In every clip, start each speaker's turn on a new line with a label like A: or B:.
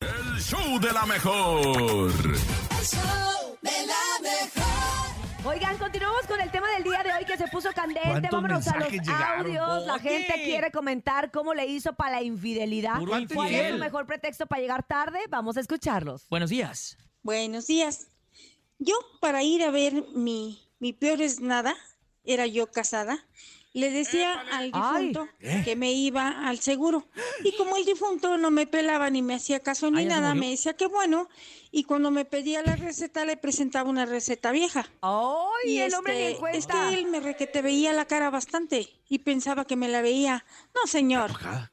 A: El show de la mejor.
B: Oigan, continuamos con el tema del día de hoy que se puso candente.
C: ¿Cuántos
B: Vámonos a los
C: mensajes llegaron?
B: audios. La
D: Oye.
B: gente quiere comentar cómo le hizo para la infidelidad.
D: Puro
B: ¿Cuál es
D: infiel.
B: su mejor pretexto para llegar tarde? Vamos a escucharlos.
D: Buenos días.
E: Buenos días. Yo para ir a ver mi, mi peor es nada, era yo casada, le
B: Eh,
E: decía al
B: Ay.
E: difunto
D: ¿Eh?
E: que me iba al seguro. Y como el difunto no me pelaba ni me hacía caso
D: Ah,
E: ni
D: ya se
E: nada,
D: murió.
E: me decía que bueno, y cuando me pedía la receta le presentaba una receta vieja.
B: ¡Ay, el hombre ni
E: este,
B: en cuenta!
E: es que él me requete veía la cara bastante y pensaba que me la veía. No, señor,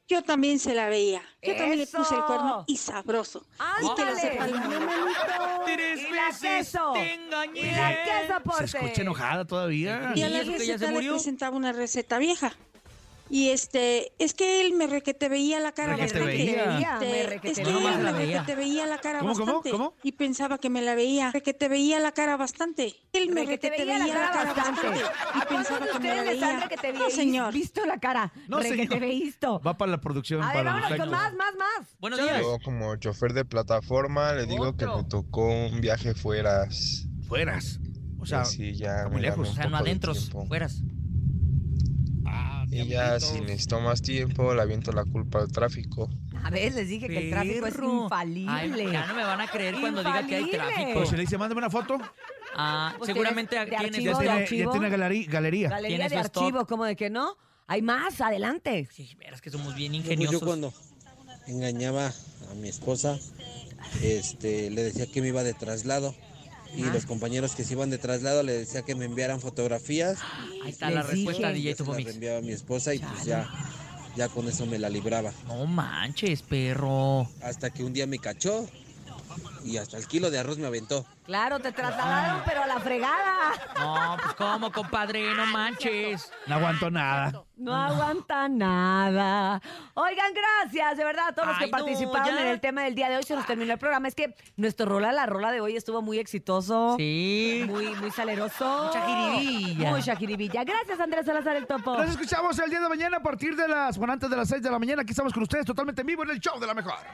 E: yo también se la veía. Yo también le puse el cuerno
B: ¡Eso!
E: y sabroso. Y que lo
B: ¡Ándale!
E: sepa el mamanito.
D: Tres
B: Y la queso.
D: te engañé.
B: ¿Y la qué soporte?
C: Se escucha enojada todavía.
E: Y a la
D: ¿Y eso que ya
E: receta
D: se
E: le
D: murió?
E: presentaba una receta vieja. Y este, es que él me requete veía la cara
C: Requete
E: bastante.
C: veía.
B: Veía, me
E: Este, es
B: requete
E: que
D: No
B: veía.
D: más
E: él
D: la
E: me
D: veía.
E: requete veía la cara
C: ¿Cómo, cómo,
E: bastante.
C: cómo?
E: Y pensaba que me la veía. Requete veía la cara bastante. Él me
B: Requete veía la cara bastante. ¿A
E: Y
B: cuántos
E: pensaba
B: de
E: que me la
B: ustedes les han
E: veía.
B: requete
E: No, señor.
B: visto la cara?
C: No,
B: requete
C: señor.
B: visto.
C: Va para la producción.
B: A ver,
C: para los
B: vámonos con
C: efectos.
B: más, más, más.
D: Buenos días.
F: Yo como chofer de plataforma le digo que
D: Otro.
F: me tocó un viaje fueras. Pues
C: Fueras. O sea,
F: sí, ya
C: muy
F: me ganó
C: lejos.
F: un
C: O
D: O sea, no
F: poco de
D: adentros,
F: tiempo.
D: fueras.
F: Y ya si necesito más tiempo le aviento la culpa al tráfico.
B: A ver, les dije que el tráfico es
D: Perro.
B: infalible.
D: Ay, ya no me van a creer cuando diga que hay
B: Infalible.
D: tráfico.
C: pues se le dice, mándame una foto.
D: Ah,
B: Pues
D: seguramente
B: tienes de
D: aquí en este
B: archivo,
C: Ya
B: ¿De
C: tiene,
B: archivo?
C: ya tiene galeri- galería.
B: Galería
D: Tiene
B: de
D: su stock.
B: archivo, como de que no. Hay más, adelante.
D: Sí, verás que somos bien
G: Pues
D: ingeniosos.
G: yo cuando engañaba a mi esposa, este, le decía que me iba de traslado. Y los compañeros que se iban de traslado le decía que me enviaran fotografías.
D: Ahí está
B: Les
D: la respuesta
B: dije.
D: de
G: y
D: DJ
G: yo se las
D: Tupomix.
G: enviaba a mi esposa y pues ya, ya con eso me la libraba.
D: No manches, perro.
G: Hasta que un día me cachó y hasta el kilo de arroz me aventó.
B: Claro, te
D: Ah.
B: trasladaron, pero a la fregada.
D: No, pues cómo, compadre, no manches.
C: No aguanto nada.
B: No aguanta nada. Oigan, gracias, de verdad, a todos los que
D: Ay, no,
B: participaron
D: ya.
B: en el tema del día de hoy. Se nos terminó el programa. Es que nuestro rola, la rola de hoy, estuvo muy exitoso.
D: Sí.
B: Muy, muy saleroso.
D: Mucha jiribilla.
B: Mucha jiribilla. Gracias, Andrés Salazar, el topo.
C: Nos escuchamos el día de mañana a partir de las, bueno, antes de las 6 de la mañana. Aquí estamos con ustedes totalmente en vivo en el show de la mejor.